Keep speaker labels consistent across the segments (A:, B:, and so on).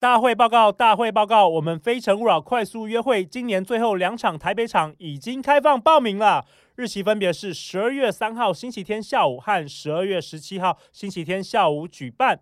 A: 大会报告，大会报告！我们《非诚勿扰》快速约会今年最后两场台北场已经开放报名了，日期分别是十二月三号星期天下午和十二月十七号星期天下午举办。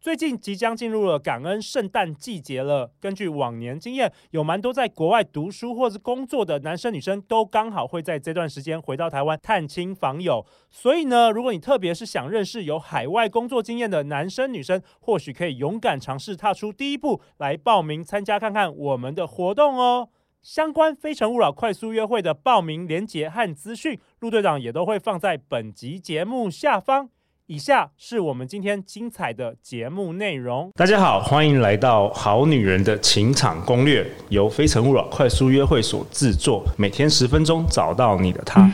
A: 最近即将进入了感恩圣诞季节了，根据往年经验，有蛮多在国外读书或是工作的男生女生都刚好会在这段时间回到台湾探亲访友，所以呢，如果你特别是想认识有海外工作经验的男生女生，或许可以勇敢尝试踏出第一步，来报名参加看看我们的活动哦。相关《非诚勿扰》快速约会的报名链接和资讯，陆队长也都会放在本集节目下方。以下是我们今天精彩的节目内容。大家好，欢迎来到《好女人的情场攻略》，由《非诚勿扰》快速约会所制作，每天十分钟，找到你的他。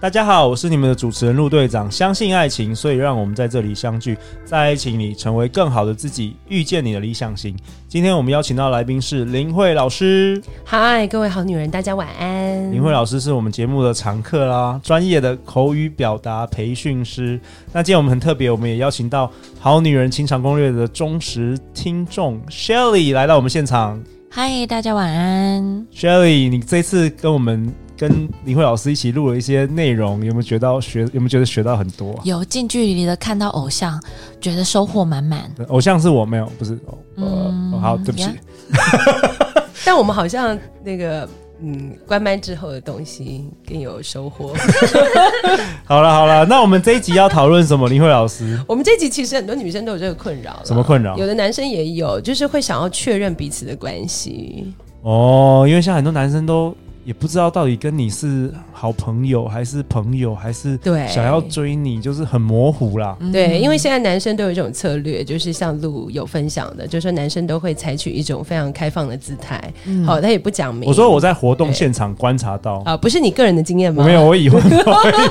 A: 大家好，我是你们的主持人陆队长。相信爱情，所以让我们在这里相聚，在爱情里成为更好的自己，遇见你的理想型。今天我们邀请到的来宾是林慧老师。
B: 嗨，各位好女人，大家晚安。
A: 林慧老师是我们节目的常客啦，专业的口语表达培训师。那今天我们很特别，我们也邀请到《好女人情场攻略》的忠实听众 Shelly 来到我们现场。
C: 嗨，大家晚安。
A: Shelly，你这次跟我们跟林慧老师一起录了一些内容，有没有觉到学？有没有觉得学到很多啊、
B: 哦
C: 有近距离的看到偶像，觉得收获满满。
A: 偶像是我没有，不是哦、呃
B: 嗯
A: 哦好，对不起。
C: 呀
B: 但我们好像那个嗯，关麦之后的东西更有收获。
A: 好了好了，那我们这一集要讨论什么？林慧老师，
B: 我们这集其实很多女生都有这个困扰啦，
A: 什么困扰
B: 有的男生也有，就是会想要确认彼此的关系。
A: 哦，因为像很多男生都也不知道到底跟你是好朋友还是朋友，还是
B: 对嗯
A: 想要追你，就是很模糊啦。
B: 对，因为现在男生都有一种策略，就是像路有分享的，就是说男生都会采取一种非常开放的姿态。好，他也不讲明。
A: 我说我在活动
B: 对
A: 现场观察到，
B: 啊、不是你个人的经验
A: 我
B: 吗？
A: 没有，我已婚，不好意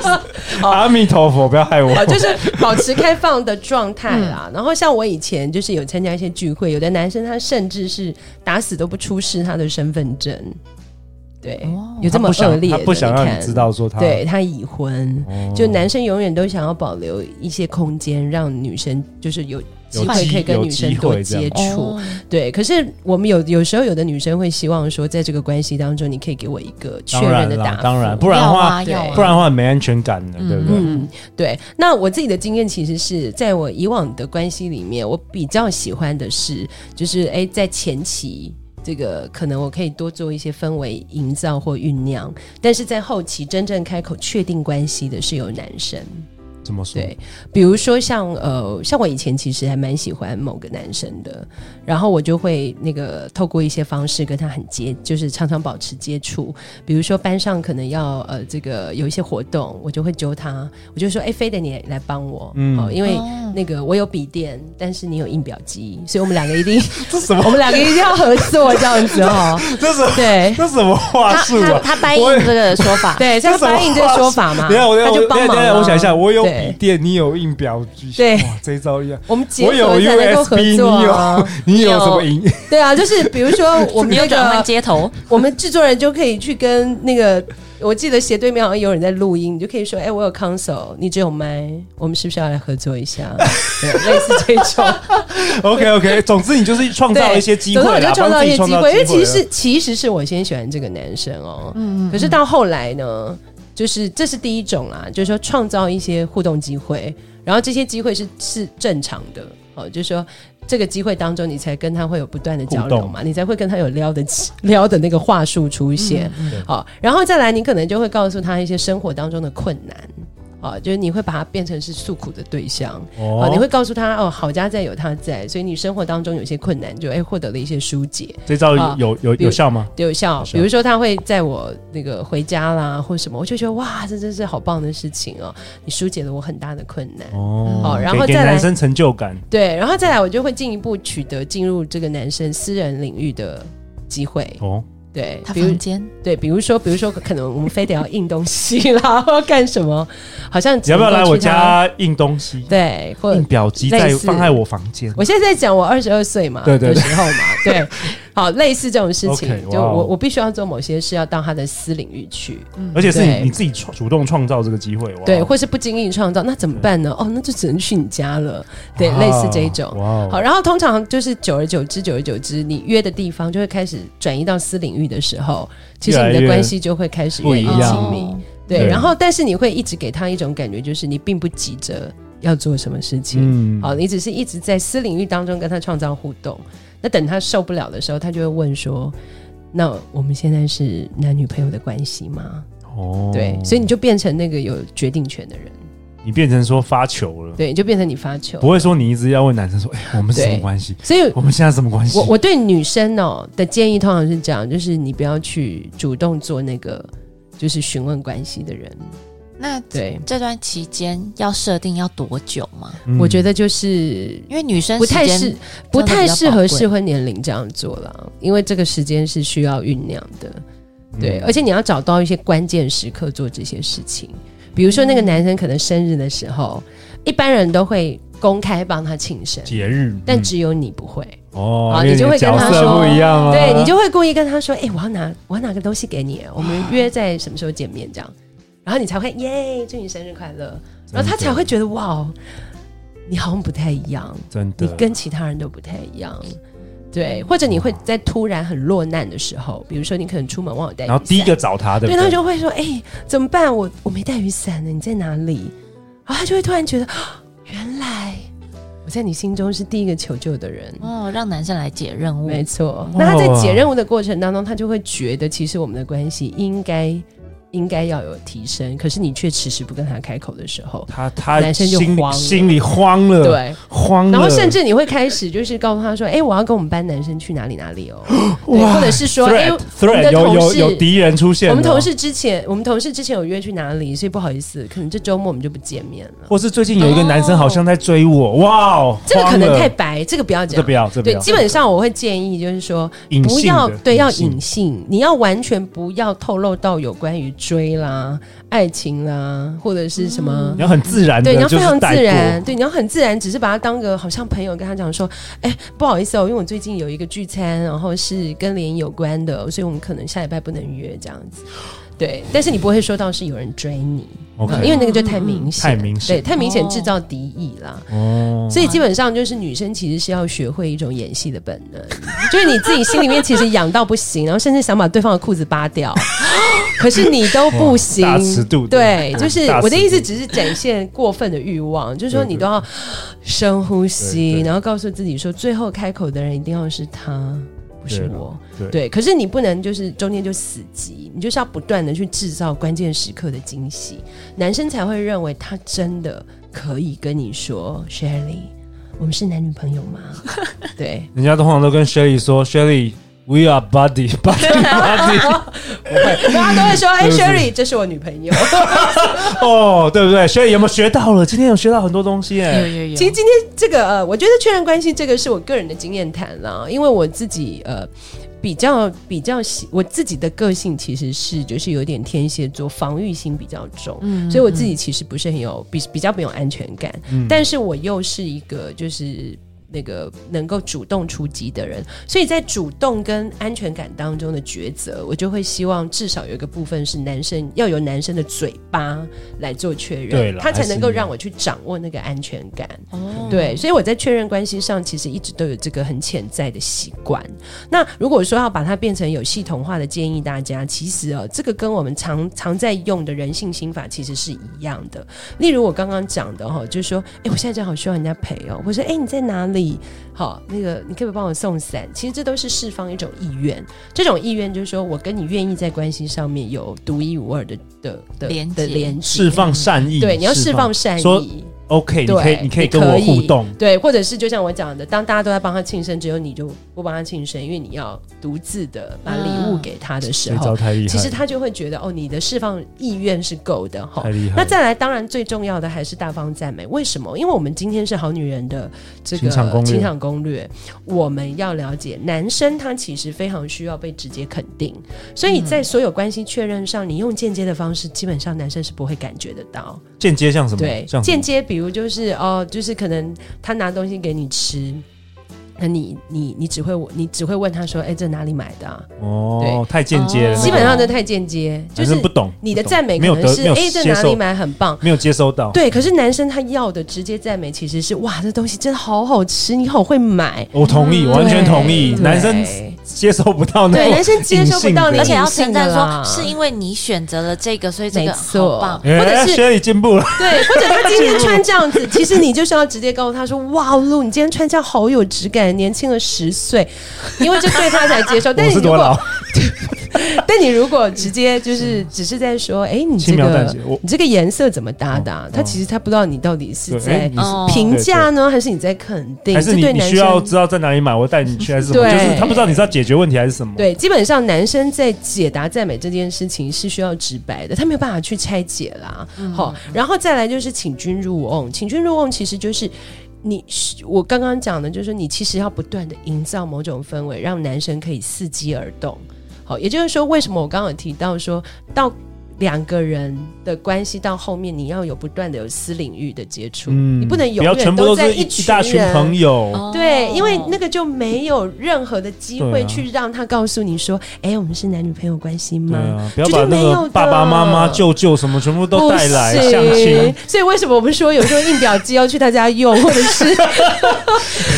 A: 思阿弥陀佛，不要害我。
B: 啊，就是保持开放的状态啦。然后像我以前就是有参加一些聚会，有的男生他甚至是打死都不出示他的身份证，对，
C: 哦
B: 有这么
A: 他不想
B: 恶劣的，
A: 他不想让
B: 看
A: 你知，道说他
B: 对他已婚，
A: 哦
B: 就男生永远都想要保留一些空间，让女生就是有机会
A: 机
B: 可以跟
A: 有
B: 女生
A: 机
B: 多
A: 会这样
B: 接触。
C: 哦
B: 对，可是我们有有时候有的女生会希望说，在这个关系当中，你可以给我一个确
A: 当
B: 认
A: 然
B: 的答
A: 啦
B: 复，
A: 当然，不然的话，
C: 要啊
B: 对
A: 不然的话很没安全感的，
C: 嗯
A: 对不对？
B: 嗯，对。那我自己的经验其实是在我以往的关系里面，我比较喜欢的是，就是哎，诶在前期。这个可能我可以多做一些氛围营造或酝酿，但是在后期真正开口确定关系的是有男生，
A: 怎么说？
B: 对，比如说像呃，像我以前其实还蛮喜欢某个男生的，然后我就会那个透过一些方式跟他很接，就是常常保持接触。比如说班上可能要呃这个有一些活动，我就会揪他，我就说哎，非得你来帮我，
A: 嗯
B: 嗯、哦，因为
C: 哦
B: 那个我有笔电，但是你有印表机，所以我们两个一定，
A: 这 什么
B: 我？们两个一定要合作这样 子哦，
A: 这什么？
B: 对。
A: 这什么话术
C: 他
A: 啊？
C: 他答应这个说 法，
B: 对，
A: 这
B: 像
A: 什么
B: 翻译这个说法嘛，
A: 等一下，我等一
B: 他
A: 下，
B: 就
A: 我等
B: 帮
A: 一下，
B: 忙、
A: 等一
B: 啊。
A: 下，我想一下，我有
B: 对
A: 笔电，你有印表机，
B: 对
A: 哇，这一招一样。
B: 我们结
A: 我有
B: 合才能够合
A: USB，你
B: 作、
A: 有
B: 啊。
A: 你 有
C: 有
A: 什么影？
B: 对啊，就是比如说 我们
C: 你有
B: 那
C: 转换
B: 个，
C: 街头，
B: 我们制作人就可以去跟那个，我记得斜对面好像有人在录音，你就可以说，哎、我有 console，你只有麦，我们是不是要来合作 一下？对类似这种，
A: OK OK，总之你就是创造
B: 对，
A: 一些机会
B: 总之我
A: 啦
B: 就，创
A: 帮自
B: 一
A: 己
B: 些
A: 创
B: 机
A: 造啊
B: 会，因为其
A: 了
B: 实其实是我先喜欢这个男生哦，
C: 嗯
B: 可是到后来呢，就是这是第一种啦，就是说创造一些互动机会，然后这些机会是是正常的哦，就是说这个机会当中，你才跟他会有不断的交流嘛，你才会跟他有撩的撩的那个话术出现，好、
A: 对
B: 然后再来，你可能就会告诉他一些生活当中的困难。哦，就是你会把他变成是诉苦的对象，哦，你
A: 哦，
B: 会告诉他哦，好家在有他在，所以你生活当中有些困难就哎获得了一些疏解，
A: 这招
B: 啊
A: 有有
B: 比如
A: 有效吗？
B: 有效。
A: 效
B: 比如说，他会在我那个回家啦，或什么，我就觉得哇，这真是好棒的事情哦！你疏解了我很大的困难。
A: 哦
B: 哦然后
A: 给给
B: 再来
A: 男生成就感，
B: 对，然后再来，我就会进一步取得进入这个男生私人领域的机会。
A: 哦，
B: 对，
C: 他
B: 比如
C: 房间
B: 对，比如说，比如说，可能我们非得要印东西啦，或干什么，好像
A: 你要不要来我？家嗯印东西？
B: 对，或
A: 印表机
B: 类
A: 在
B: 似
A: 放在我房间。
B: 我现在在讲我二十二岁嘛，
A: 对对对
B: 的时候嘛，对。好，类似这种事情
A: OK，
B: 就
A: 哇哦
B: 我我必须要做某些事，要到他的私领域去，
A: 而且是
B: 对
A: 你你自己创主动创造这个机会，哇
B: 对，或是不经意创造，那怎么办呢？哦，那就只能去你家了，对，类似这一种。
A: 啊哇哦
B: 好，然后通常就是久而久之，久而久之，你约的地方就会开始转移到私领域的时候，其实
A: 越来
B: 你的
A: 越
B: 关系就会开始
A: 不
B: 越
A: 一
B: 来越
A: 样
B: 亲密。
C: 哦
B: 对，
A: 对
B: 然后但是你会一直给他一种感觉，就是你并不急着要做什么事情，
A: 嗯
B: 好，你只是一直在私领域当中跟他创造互动。那等他受不了的时候，他就会问说：“那我们现在是男女朋友的关系吗？”
A: 哦
B: 对，所以你就变成那个有决定权的人，
A: 你变成说发球了，
B: 对，就变成你发球
A: 不。会说你一直要问男生说，哎、我们是什么
B: 对
A: 关系？
B: 所以
A: 我们现在什么关系
B: 我？我对女生哦的建议通常是这样，就是你不要去主动做那个就是询问关系的人。
C: 那
B: 对，
C: 这段期间要设定要多久吗？
A: 嗯
B: 我觉得就是
C: 因为女生
B: 不太
C: 时间
B: 适不太适合
C: 真的比较宝贵
B: 适婚年龄这样做啦，因为这个时间是需要酝酿的。对，
A: 嗯
B: 而且你要找到一些关键时刻做这些事情，比如说那个男生可能生日的时候，一般人都会公开帮他庆生，
A: 节日，
B: 但
A: 嗯
B: 只有你不会。
A: 哦
B: 好，
A: 因为
B: 你就
A: 的
B: 会跟
A: 角
B: 他
A: 色
B: 说
A: 不一样啊，
B: 对你就会故意跟他说：“哎、我要拿我要拿个东西给你，我们约在什么时候见面这样。”然后你才会耶，祝你生日快乐，然后他才会觉得哇，你好像不太一样，
A: 真的
B: 你跟其他人都不太一样。对，或者你会在突然很落难的时候，比如说你可能出门忘了带雨伞，
A: 然后第一个找他的，
B: 对，他就会说：“哎、怎么办？我我没带雨伞呢，你在哪里？”然后他就会突然觉得，啊原来我在你心中是第一个求救的人。
C: 哦，让男生来解任
A: 嗯
C: 务，
B: 没错，那他在解任务的过程当中，他就会觉得其实我们的关系应该应该要有提升，可是你却迟迟不跟他开口的时候，
A: 他他
B: 男生就
A: 心里
B: 慌了
A: 心里慌了，，
B: 对，
A: 慌了，
B: 然后甚至你会开始就是告诉他说，哎、我要跟我们班男生去哪里哪里哦，对
A: 哇
B: 或者是说，哎、
A: threat 哦
B: 我们
A: threat
B: 的
A: 有
B: 同
A: 有
B: 事
A: 有敌人出现了，
B: 我们同事之前我们同事之前有约去哪里，所以不好意思，可能这周末我们就不见面了。
A: 或是最近有一个男生好像在追我，哇哦，
B: 哦这个可
A: 慌
B: 能
A: 了
B: 太白，这个不要
A: 这
B: 讲
A: 不。要，这不
B: 对
A: 要，，
B: 基本上我会建议就是说，
A: 隐
B: 不
A: 性
B: 要
A: 的
B: 对要
A: 性
B: 隐性，你要完全不要透露到有关于追啦、爱情啦，或者是什么。
A: 嗯你要很自然的，
B: 对，你要非
A: 就是
B: 常
A: 带
B: 自
A: 过
B: 然，对，你要很自然，只是把它当个好像朋友跟他讲说，哎、不好意思哦，因为我最近有一个聚餐，然后是跟联谊有关的，所以我们可能下礼拜不能约这样子。对，但是你不会说到是有人追你，
A: ，OK，
B: 嗯因为那个就太明显，
A: 嗯太明显
B: 对，太明显
C: 哦
B: 制造敌意啦。
A: 哦，
B: 所以基本上就是女生其实是要学会一种演戏的本能， 就是你自己心里面其实痒到不行，然后甚至想把对方的裤子扒掉， 可是你都不行
A: 哇大尺度的。
B: 对，
A: 嗯
B: 就是
A: 大尺度
B: 我的意思，只是展现过分的欲望， 就是说你都要深呼
A: 对
B: 吸，
A: 对
B: 然后告诉自己说，最后开口的人一定要是他，不是
A: 对了
B: 我。
A: 对
B: 对，可是你不能就是中间就死机，你就是要不断的去制造关键时刻的惊喜，男生才会认为他真的可以跟你说，Shirley，我们是男女朋友吗？对，
A: 人家通常都跟 Shelly 说，Shelly，we are buddy buddy buddy，
B: 大家都会说，哎、
A: 对
B: s h
A: 对
B: i r l e y 这是我女朋友。
A: 哦，对不对？Shelly 有没有学到了？今天有学到很多东西
C: 有
A: 哎，
C: 有有，
B: 其实今天这个呃，我觉得确认关系这个是我个人的经验谈啦，因为我自己呃比较比较喜我自己的个性其实是就是有点天蝎座，防御心比较重，
C: 嗯
B: 所以我自己其实不是很有比比较没有安全感，
A: 嗯
B: 但是我又是一个就是。那个能够主动出击的人，所以在主动跟安全感当中的抉择，我就会希望至少有一个部分是男生要由男生的嘴巴来做确
A: 对
B: 认，
A: 啦
B: 他才能
A: 还
B: 够
A: 是一样
B: 让我去掌握那个安全感。
C: 哦，
B: 对，所以我在确认关系上，其实一直都有这个很潜在的习惯。那如果说要把它变成有系统化的建议大家，其实哦，这个跟我们常常在用的人性心法其实是一样的。例如我刚刚讲的哈、哦，就是说，哎，我现在正好需要人家陪哦，或者哎你在哪里？好，那个你可不可以帮我送伞？其实这都是释放一种意愿，这种意愿就是说我跟你愿意在关系上面有独一无二的的的
C: 连
B: 的
C: 接
B: 连接
A: 释放善意，
B: 对，你要释放善
A: 说
B: 意。
A: OK，你
B: 对
A: 可以，你可以
B: 你
A: 跟
B: 可
A: 我
B: 以
A: 互动，
B: 对，或者是就像我讲的，当大家都在帮他庆生，只有你就不帮他庆生，因为你要独自的把礼物给他的时
A: 这招
B: 候，
A: 太厉害了，
B: 其实他就会觉得哦，你的释放意愿是够的哈
A: 太。厉害了。
B: 那再来，当然最重要的还是大方赞美。为什么？因为我们今天是好女人的这
A: 情
B: 个
A: 场攻略
B: 情场攻略，我们要了解男生他其实非常需要被直接肯定，所以在所有关系确认上，你用间接的方式，基本上男生是不会感觉得到。
A: 间接像什么？
B: 对
A: 像，什么
B: 间接比如就是哦，就是可能他拿东西给你吃，那你你你只会我你只会问他说，哎、这哪里买的、啊？
A: 哦，
B: 对
A: 太间接了，
C: 哦
A: 那个
B: 基本上这太间接，就
A: 男
B: 是
A: 生不懂
B: 你的
A: 不懂
B: 赞美
A: 没有
B: 可能
A: 得
B: 是
A: 没有
B: 哎、这
A: 接
B: 哪里
A: 受，哦
B: 买很棒。
A: 没有接收到。
B: 对，可是男生他要的直接赞美其实是哇，这东西真的好好吃，你好会买，
A: 我同意，
C: 嗯
A: 完全同意，
B: 对
A: 男生接收不到那
B: 对
A: 种
B: 男生接受不
A: 隐性的
B: 到你，
C: 而且要称
B: 隐
C: 赞
B: 性的啦
C: 说是因为你选择了这个，所以这个
B: 没错
C: 好棒。
A: 哎
B: 或者是
A: 学你进步了，
B: 对，或者他今天穿这样 子，其实你就是要直接告诉他说：“哇，露，你今天穿这样好有质感，年轻了十岁。”因为这 对他才 接受。但
A: 我
B: 你
A: 是
B: 如
A: 多老
B: 果，， 但你如果直接就是只是在说：“哎，你
A: 轻
B: 这
A: 描淡写
B: 个。”
A: 我
B: 你这个颜色怎么搭的啊
A: 哦？
B: 他其实他不知道你到底是
A: 对，哎
B: 在
A: 你是
C: 哦
B: 评价呢，还是你在肯定？
A: 还是
B: 这
A: 你
B: 对
A: 你
B: 男
A: 需要
B: 生
A: 知道在哪里买，我带你去还是什么？
B: 对
A: 就是他不知道你是要解决问题还是什么。
B: 对，基本上男生在解答赞美这件事情是需要直白的，他没有办法去拆解啦。
A: 嗯
B: 好、然后再来就是请君入瓮，请君入瓮其实就是。你是我刚刚讲的，就是你其实要不断的营造某种氛围，让男生可以伺机而动。好，也就是说，为什么我刚刚有提到说，到两个人的关系到后面，你要有不断的有私领域的接触，
A: 嗯，
B: 你不能永
A: 要
B: 远
A: 全部都
B: 在
A: 是一一
B: 群
A: 大群
B: 人
A: 朋友。
C: 哦
B: 对，因为那个就没有任何的机
A: 对
B: 会
A: 啊
B: 去让他告诉你说，哎、我们是男女朋友关系
A: 对
B: 吗？
A: 啊，不要
B: 嗯绝
A: 把
B: 对
A: 那
B: 没有
A: 个
B: 的
A: 爸爸妈妈、舅舅什么全部都
B: 不
A: 带来啊
B: 行
A: 相亲。，
B: 所以为什么我们说有时候印表机要去他家用，或者 是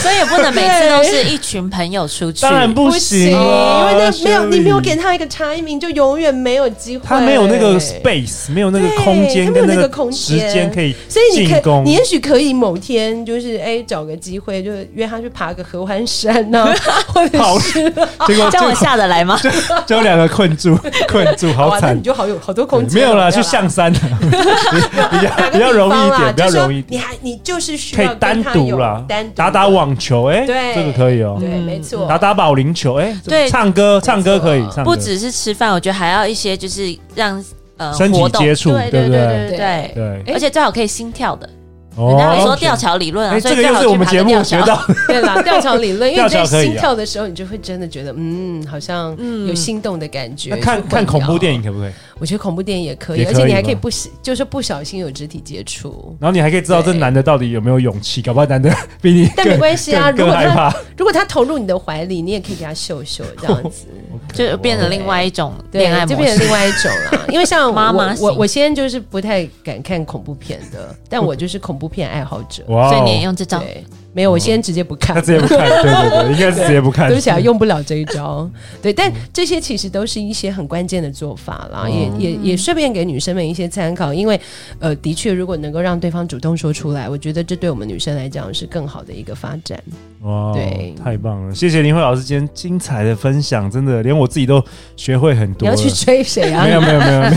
C: 所以也不能每次都是一群朋友出去。
A: 当然不行
B: 行，因
A: 啊，
B: 为那没有你没有
A: Sherry
B: 给他一个 timing，就永远没有机会。
A: 他没有那个 space，没有那个
B: 对
A: 空间
B: 他没
A: 跟
B: 有
A: 那
B: 那个空
A: 时
B: 间
A: 间可以
B: 所以你
A: 进
B: 可
A: 攻
B: 你也许可以某天就是哎、找个机会，就是约他去爬个合欢 山呐、或者
A: 跑。
B: 是
A: 结果
C: 这样我
A: 就
C: 下得来吗？
A: 就两个困住，困住，好
B: 哇，那
A: 惨
B: 你。就好有好多空间啊
A: 没有啦，
B: 了，
A: 去象山，啊比较
B: 打
A: 比
B: 个
A: 较容易一
B: 比方啦
A: 点，
B: 啊
A: 比较
B: 就是
A: 容易一
B: 你
A: 点，
B: 还你就是需
A: 可
B: 要
A: 以单
B: 跟他有
A: 独啦
B: 单独，
A: 打打
B: 的，
A: 网球，哎，
B: 对
A: 这个可以哦，
B: 对，
C: 嗯
B: 没错，
A: 打打保龄球，哎，
C: 对
A: 唱歌唱歌可以，唱歌
C: 不只是吃饭，我觉得还要一些就是让呃
A: 身体
C: 活动
A: 接触
C: 对
A: 对
C: 对
A: 不对
C: 对
B: 对
C: 对对。
A: 对，
B: 哎
C: 而且最好可以心跳的，
A: 哦
C: 人家有说吊桥理论啊，
A: 哎，
C: 所以
A: 这个
C: 最
A: 又
C: 好
A: 是我
C: 去
A: 们
C: 爬
A: 节
C: 个
A: 目
C: 吊
A: 学
C: 桥。
A: 到，
B: 对啦，吊桥理论，因为
A: 吊
B: 在
A: 桥可 以啊
B: 心跳的时候，你就会真的觉得，嗯，好像
C: 嗯
B: 有心动的感觉。
A: 那看
B: 就
A: 看
B: 混
A: 恐怖
B: 淆
A: 电影，可不可以？
B: 我觉得恐怖电影也可以，
A: 也可以
B: 而且你还
A: 吗
B: 可以不小，就是不小心有肢体接 触。
A: 然后你还可以知道这
B: 对
A: 男的到底有没有勇气，搞不好男的比你
B: 但没关系啊，
A: 更
B: 如
A: 更
B: 果
A: 害
B: 他
A: 怕，
B: 如果他投入你的怀里，你也可以给他秀秀这样 子，
C: 就变成另外一种
B: 对
C: 恋爱，
B: 就
C: 模
B: 变成
C: 式
B: 另。外一种 了。因为像
C: 妈妈
B: 我我
C: 型
B: 我先就是不太敢看恐怖片的，但我就是恐怖片爱好者。
A: 哇
C: 所以
A: 哦
C: 你也用这招，
B: 对，没有，我先直接不看
A: 他。哦直接不看，对对对，应该是直接不 看。
B: 对不起啊，用不了这一 招。对，但
A: 嗯
B: 这些其实都是一些很关键的做法
A: 哦
B: 啦，也也
A: 嗯
B: 也顺便给女生们一些参考，因为呃，的确，如果能够让对方主动说出来，我觉得这对我们女生来讲是更好的一个发展。
A: 哇，哦
B: 对
A: 太棒了！谢谢林慧老师今天精彩的分享，真的连我自己都学会很
B: 你
A: 多
B: 要
A: 了。
B: 去追谁啊
A: 没？有没有没有没有，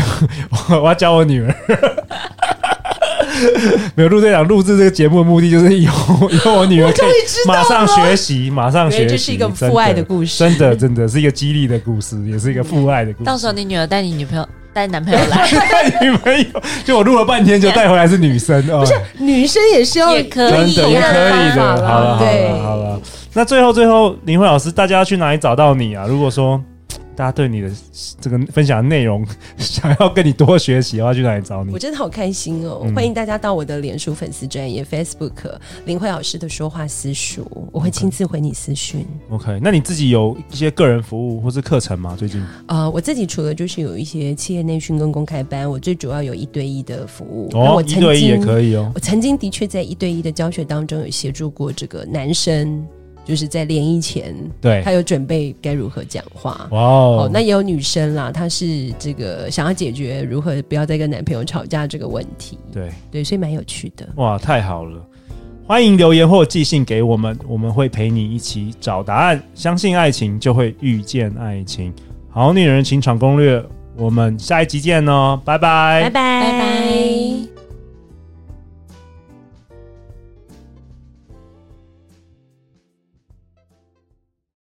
A: 我我要教我女儿。 没有陆队长录制这个节目的目的就是以 后以后我女儿可以马上学习，马上
B: 因
A: 学
B: 为
A: 习，
B: 这是一个父爱的故事。
A: 真的，真的真的是一个激励的故事，也是一个父爱的故事。
C: 到时候你女儿带你女朋友带男朋友来
A: 女朋友，就我录了半天，就带回来是女生哦，
B: 女生也是要
C: 也可
A: 真的
C: 以
A: 也
C: 啊
A: 可以的。
B: 啦
A: 好了好
B: 对
A: 了好了，那最后最后，林慧老师，大家要去哪里找到你啊？如果说大家对你的这个分享的内容 想要跟你多学习的话，去哪里找你
B: 我？真的好开心哦！
A: 嗯
B: 欢迎大家到我的脸书粉丝专业 Facebook 林慧老师的说话私塾，我会亲自回你私讯。
A: OK，那你自己有一些个人服务或是课程吗？最近
B: 呃，我自己除了就是有一些企业内训跟公开班，我最主要有一对一的服务。那我
A: 哦，一
B: 曾
A: 对一
B: 经
A: 也可以哦。
B: 我曾经的确在一对一的教学当中有协助过这个男生，就是在联谊前，
A: 对
B: 他，有准备该如何讲话。
A: 哇
B: 哦
A: 哦，，
B: 那也有女生啦，她是这个想要解决如何不要再跟男朋友吵架这个问题，
A: 对，
B: 对，所以蛮有趣的。
A: 哇，太好了！欢迎留言或寄信给我们，我们会陪你一起找答案。相信爱情，就会遇见爱情。好女人情场攻略，我们下一集见哦，拜拜
B: 拜拜
C: 拜拜。